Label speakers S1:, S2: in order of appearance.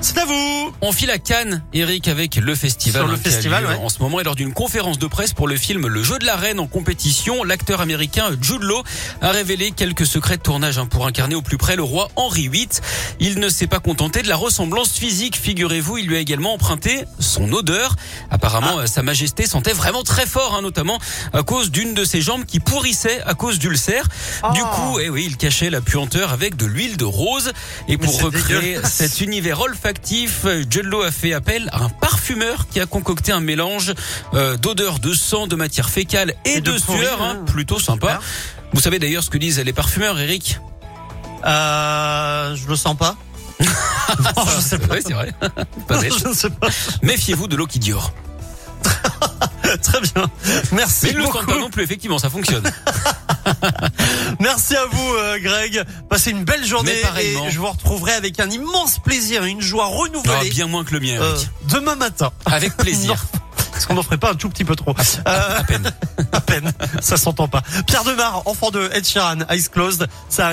S1: C'est à vous
S2: On file à Cannes, Eric, avec le festival.
S1: Sur le
S2: hein, qui a
S1: festival,
S2: lieu
S1: ouais.
S2: En ce moment, et lors d'une conférence de presse pour le film Le jeu de la reine en compétition, l'acteur américain Jude Law a révélé quelques secrets de tournage hein, pour incarner au plus près le roi Henri VIII. Il ne s'est pas contenté de la ressemblance physique, figurez-vous, il lui a également emprunté son odeur. Apparemment,
S1: Ah.
S2: euh, Sa Majesté sentait vraiment très fort, hein, notamment à cause d'une de ses jambes qui pourrissait à cause d'ulcères. Du coup, eh oui, il cachait la puanteur avec de l'huile de rose. Et
S1: Mais
S2: pour
S1: c'est
S2: recréer
S1: dégueulasse.
S2: cette cet univers olfactif, Jello a fait appel à un parfumeur qui a concocté un mélange euh, d'odeurs de sang, de matière fécale et,
S1: Et de
S2: de,
S1: pourri,
S2: sueur, hein,
S1: hein.
S2: plutôt sympa.
S1: Super.
S2: Vous savez d'ailleurs ce que disent les parfumeurs, Eric
S1: Euh, je le sens pas.
S2: Ah,
S1: Non, je sais pas.
S2: Oui, c'est vrai. Pas bête.
S1: Je ne sais pas.
S2: Méfiez-vous de l'eau qui dure.
S1: Très bien.
S2: Mais
S1: Merci
S2: ils le sentent
S1: beaucoup.
S2: pas non plus, effectivement, ça fonctionne.
S1: Merci à vous, euh, Greg. Passez une belle journée
S2: Mais pareillement.
S1: et je vous retrouverai avec un immense plaisir et une joie
S2: Ah,
S1: renouvelée
S2: bien moins que le mien,
S1: euh,
S2: Eric.
S1: demain matin.
S2: Avec plaisir.
S1: Parce qu'on n'en ferait pas un tout petit peu trop. Euh,
S2: À peine.
S1: à peine. Ça s'entend pas. Pierre Demar, enfant de Ed Sheeran, Eyes Closed. Ça